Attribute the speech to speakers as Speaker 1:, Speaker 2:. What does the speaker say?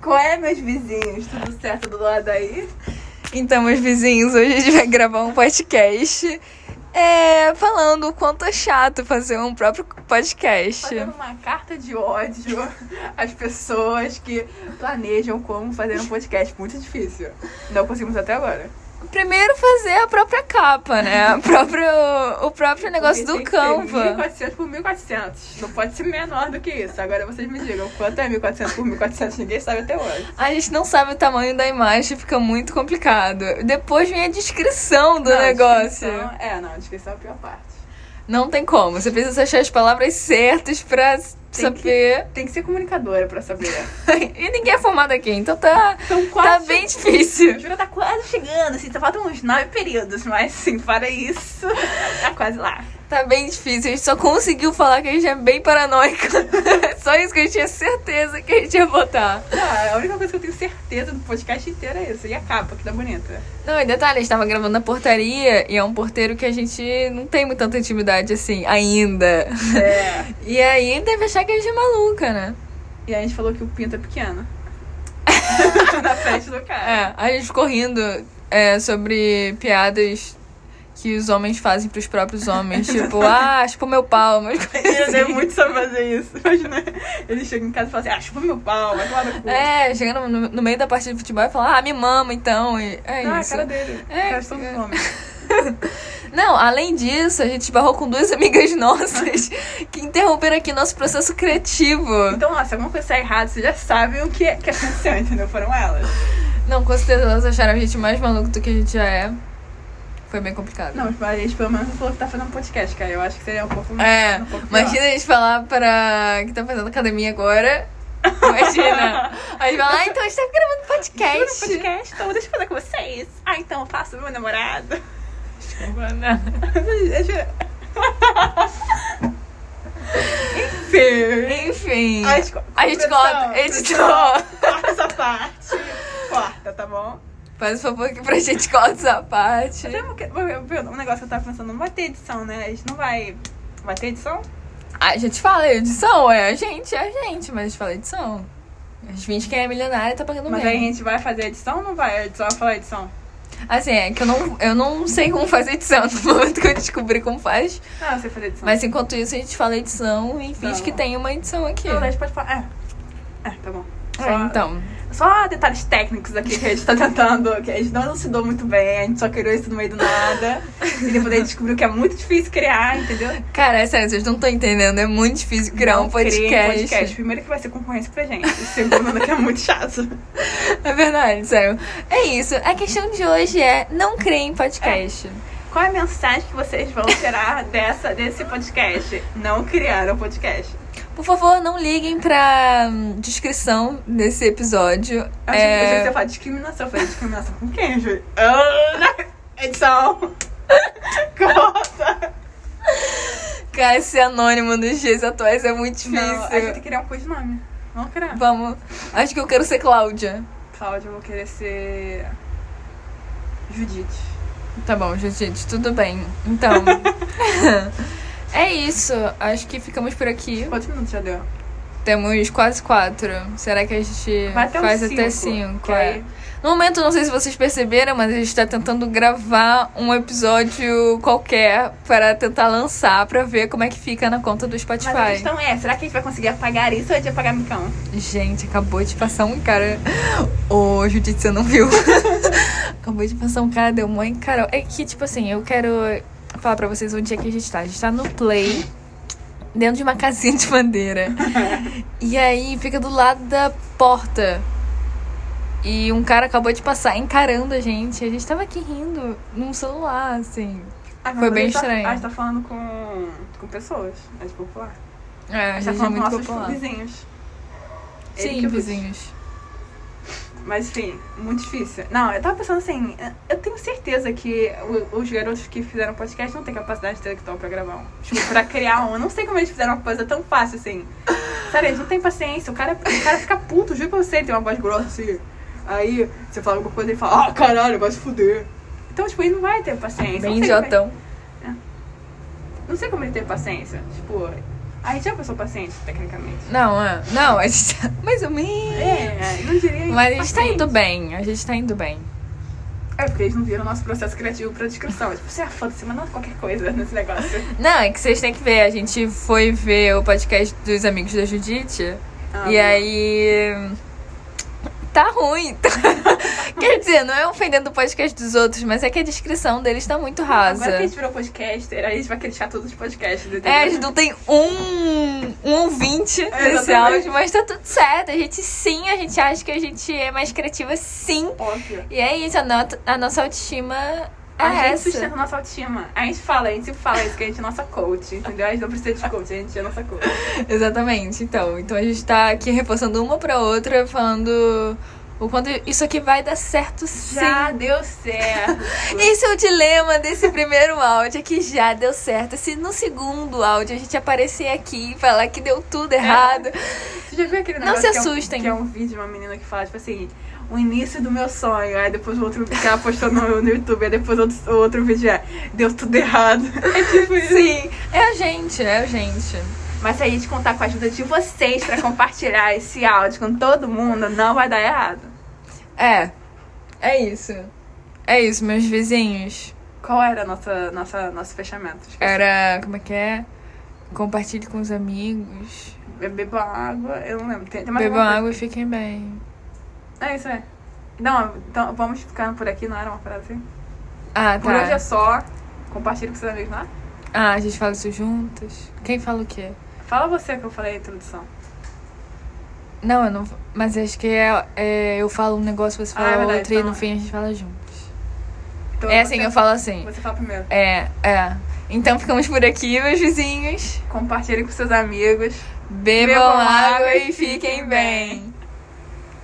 Speaker 1: Qual é, meus vizinhos? Tudo certo do lado aí?
Speaker 2: Então, meus vizinhos, hoje a gente vai gravar um podcast é, falando o quanto é chato fazer um próprio podcast.
Speaker 1: Fazendo uma carta de ódio às pessoas que planejam como fazer um podcast. Muito difícil. Não conseguimos até agora.
Speaker 2: Primeiro fazer a própria capa, né? A próprio- o próprio negócio do
Speaker 1: Porque tem que ser
Speaker 2: Canva.
Speaker 1: 1400 por 1400. Não pode ser menor do que isso. Agora vocês me digam quanto é 1400 por 1400. Ninguém sabe até hoje.
Speaker 2: A gente não sabe o tamanho da imagem, fica muito complicado. Depois vem a descrição do
Speaker 1: Não,
Speaker 2: negócio.
Speaker 1: descrição- É, não, descrição é a pior parte.
Speaker 2: Não tem como. Você precisa achar as palavras certas pra saber.
Speaker 1: Tem que ser comunicadora pra saber.
Speaker 2: e ninguém é formado aqui, então tá,
Speaker 1: Então,
Speaker 2: tá
Speaker 1: quase
Speaker 2: bem difícil.
Speaker 1: Jura, tá quase chegando, assim, tá faltando uns nove períodos, mas sim, para isso, tá quase lá.
Speaker 2: Tá bem difícil. A gente só conseguiu falar que a gente é bem paranoica. só isso que a gente tinha certeza que a gente ia botar.
Speaker 1: Ah, a única coisa que eu tenho certeza do podcast inteiro é isso, e a capa, que tá bonita.
Speaker 2: Não, e detalhe, a gente tava gravando na portaria e é um porteiro que a gente não tem muita tanta intimidade assim, ainda.
Speaker 1: É.
Speaker 2: E aí deve achar que a gente é maluca, né?
Speaker 1: E a gente falou que o pinto é pequeno. Na frente do cara.
Speaker 2: É, a gente ficou rindo é, sobre piadas que os homens fazem pros próprios homens. tipo, ah, chupa meu pau, mas
Speaker 1: Eles é muito sobre fazer isso. Imagina, ele chega em casa e fala assim, ah, chupa meu pau, vai tomar no cu.
Speaker 2: É, chegando no, no meio da partida de futebol e falar, ah, me mama então. E é
Speaker 1: Ah, a
Speaker 2: isso.
Speaker 1: cara dele.
Speaker 2: É,
Speaker 1: É, cara de todos os
Speaker 2: é.
Speaker 1: homens.
Speaker 2: Não, além disso, a gente esbarrou com duas amigas nossas que interromperam aqui nosso processo criativo.
Speaker 1: Então, ó, se alguma coisa sai errada, vocês já sabem o que, é- que aconteceu, entendeu? Foram elas.
Speaker 2: Não, com certeza elas acharam a gente mais maluco do que a gente já é. Foi bem complicado.
Speaker 1: Não, mas a gente pelo menos não falou que tá fazendo podcast, cara. Eu acho que seria um pouco
Speaker 2: É,
Speaker 1: um pouco pior.
Speaker 2: imagina a gente falar pra. que tá fazendo academia agora. Imagina. A gente fala, ah, então a gente tá gravando
Speaker 1: Juro,
Speaker 2: podcast.
Speaker 1: podcast, então deixa eu falar com vocês. Ah, então eu faço meu namorado. Enfim.
Speaker 2: Enfim.
Speaker 1: A gente co-
Speaker 2: A gente corta.
Speaker 1: Ah, compressão,
Speaker 2: Editor.
Speaker 1: Corta essa parte. Corta, tá bom?
Speaker 2: Faz o favor que pra gente corta essa parte.
Speaker 1: Sabe o que- um negócio que eu tava pensando? Não vai ter edição, né? A gente não vai. Vai ter edição?
Speaker 2: A gente fala edição, é a gente, é a gente, mas a gente fala edição. A gente finge que é milionária e tá pagando
Speaker 1: Mas é aí a
Speaker 2: bem.
Speaker 1: gente vai fazer edição ou não vai? A edição vai falar edição?
Speaker 2: Assim, é que eu não, eu não sei como faz edição no momento que eu descobri como faz.
Speaker 1: Não, Ah, eu sei fazer edição.
Speaker 2: Mas enquanto isso, a gente fala edição e finge que tem uma edição aqui.
Speaker 1: Não, a gente pode falar. É. É, tá bom.
Speaker 2: É,
Speaker 1: Só-
Speaker 2: então.
Speaker 1: Só detalhes técnicos aqui que a gente tá tentando, que a gente não elucidou muito bem, a gente só criou isso no meio do nada. e depois a gente descobriu que é muito difícil criar, um entendeu?
Speaker 2: Cara, é sério, vocês não estão entendendo. É muito difícil criar
Speaker 1: Não
Speaker 2: um
Speaker 1: criem
Speaker 2: podcast.
Speaker 1: Primeiro que vai ser concorrência pra gente. E Segundo, que é muito chato.
Speaker 2: É verdade, sério. É isso. A questão de hoje é não creem em podcast.
Speaker 1: Qual é a mensagem que vocês vão tirar dessa, desse podcast? Não criaram podcast.
Speaker 2: Por favor, não liguem pra hum, descrição desse episódio.
Speaker 1: Eu achei que
Speaker 2: É,
Speaker 1: você ia falar discriminação. Eu falei, discriminação com quem, Ju? Ah, Edição! Corta!
Speaker 2: Cara, ser anônimo nos dias atuais é muito difícil.
Speaker 1: Não, a gente tem que criar um coisa de nome. Vamos criar.
Speaker 2: Vamos. Acho que eu quero ser Cláudia.
Speaker 1: Cláudia, Tá eu vou querer ser. Judite.
Speaker 2: Tá bom, gente, tudo bem. Então. é isso. Acho que ficamos por aqui.
Speaker 1: Quantos minutos já deu?
Speaker 2: Temos quase quatro. Será que a gente
Speaker 1: Vai até uns
Speaker 2: É, faz até
Speaker 1: cinco,
Speaker 2: cinco?
Speaker 1: que aí-
Speaker 2: é. No momento, não sei se vocês perceberam, mas a gente tá tentando gravar um episódio qualquer para tentar lançar, pra ver como é que fica na conta do Spotify.
Speaker 1: Mas a questão é, será que a gente vai conseguir apagar isso ou a gente vai apagar micão?
Speaker 2: Gente, acabou de passar um cara. Ô, Judite, você não viu? acabou de passar um cara, deu mãe, Carol. É que, tipo assim, eu quero falar pra vocês onde é que a gente tá. A gente tá no Play, dentro de uma casinha de bandeira. e aí fica do lado da porta. E um cara acabou de passar encarando a gente. A gente tava aqui rindo num celular, assim.
Speaker 1: Ah, mas
Speaker 2: Foi bem
Speaker 1: a gente tá-
Speaker 2: estranho.
Speaker 1: a gente tá falando com, com pessoas, é de popular.
Speaker 2: É,
Speaker 1: A
Speaker 2: a
Speaker 1: gente tá
Speaker 2: gente é
Speaker 1: falando com
Speaker 2: muito
Speaker 1: nossos
Speaker 2: popular.
Speaker 1: vizinhos. Ele que
Speaker 2: Sim,
Speaker 1: lute.
Speaker 2: vizinhos.
Speaker 1: Mas enfim, muito difícil. Não, eu tava pensando assim, eu tenho certeza que o- os garotos que fizeram podcast não têm capacidade intelectual pra gravar um. Tipo, pra criar um. Eu não sei como eles fizeram uma coisa tão fácil assim. Sério, eles não têm paciência. O cara, o cara fica puto, juro pra você, ele tem uma voz grossa assim. Aí você fala alguma coisa e ele fala, ah, caralho, vai se fuder. Então, tipo, ele não vai ter paciência.
Speaker 2: Bem
Speaker 1: não sei como é-
Speaker 2: idiotão.
Speaker 1: Não sei como ele teve paciência. Tipo, A gente já passou paciente, tecnicamente.
Speaker 2: Não, é. Não, a gente. Mais ou menos.
Speaker 1: É, não diria
Speaker 2: Mas a gente tá
Speaker 1: paciente.
Speaker 2: indo bem, a gente tá indo bem.
Speaker 1: É porque eles não viram o nosso processo criativo pra descrição. É Tipo, você é foda-se, mas não qualquer coisa nesse negócio.
Speaker 2: Não, é que vocês têm que ver. A gente foi ver o podcast dos amigos da Judite.
Speaker 1: Ah,
Speaker 2: e aí. Tá ruim. Quer dizer, não é ofendendo o podcast dos outros, mas é que a descrição deles tá muito rasa.
Speaker 1: Agora que a gente virou podcaster, aí a gente vai criticar todos os podcasts. entendeu? É,
Speaker 2: É, a gente não tem um, um ouvinte nesse
Speaker 1: exatamente.
Speaker 2: áudio, mas tá tudo certo. A gente sim, a gente acha que a gente é mais criativa, sim.
Speaker 1: Óbvio.
Speaker 2: E é isso, a, nota- a nossa autoestima é
Speaker 1: A gente
Speaker 2: essa.
Speaker 1: sustenta a nossa autoestima. A gente fala, a gente sempre fala isso, que a gente é nossa coach, entendeu? A gente não precisa de coach, a gente é nossa coach.
Speaker 2: Exatamente, então. Então a gente tá aqui reforçando uma pra outra, falando o quanto isso aqui vai dar certo sim.
Speaker 1: Já deu certo.
Speaker 2: Esse é o dilema desse primeiro áudio, é que já deu certo. Se no segundo áudio a gente aparecer aqui e falar que deu tudo errado,
Speaker 1: Você já viu aquele
Speaker 2: Não
Speaker 1: negócio
Speaker 2: se
Speaker 1: que é um-
Speaker 2: assustem.
Speaker 1: Que é, um, vídeo de uma menina que fala, tipo assim, o início do meu sonho. Aí depois o outro que ela postou no, no YouTube. Aí depois outro, o outro vídeo é, deu tudo errado. É tipo isso.
Speaker 2: sim, é a gente, é a gente.
Speaker 1: Mas se a gente contar com a ajuda de vocês pra compartilhar esse áudio com todo mundo, não vai dar errado.
Speaker 2: É, é isso. É isso, meus vizinhos.
Speaker 1: Qual era a nossa, nossa, nosso fechamento?
Speaker 2: Era, como é que é? Compartilhe com os amigos.
Speaker 1: é Bebam água, eu não lembro. Tem, tem mais
Speaker 2: Bebam
Speaker 1: alguma
Speaker 2: água e fiquem bem.
Speaker 1: coisa? É isso aí. Não, então vamos ficando por aqui, não era uma parada assim?
Speaker 2: Ah,
Speaker 1: Por hoje é
Speaker 2: tá.
Speaker 1: só. Compartilha com seus amigos, não é?
Speaker 2: Ah, a gente fala isso juntas. Quem fala o quê?
Speaker 1: Fala você que eu falei a introdução.
Speaker 2: Não, eu não. Mas acho que é, é, eu falo um negócio, você
Speaker 1: Ah, é
Speaker 2: fala
Speaker 1: verdade,
Speaker 2: outro e
Speaker 1: então.
Speaker 2: no fim a gente fala juntos.
Speaker 1: Então,
Speaker 2: É assim,
Speaker 1: você-
Speaker 2: eu falo assim.
Speaker 1: Você fala primeiro.
Speaker 2: É, é. Então ficamos por aqui, meus vizinhos.
Speaker 1: Compartilhe com seus amigos.
Speaker 2: Bebam água e fiquem bem.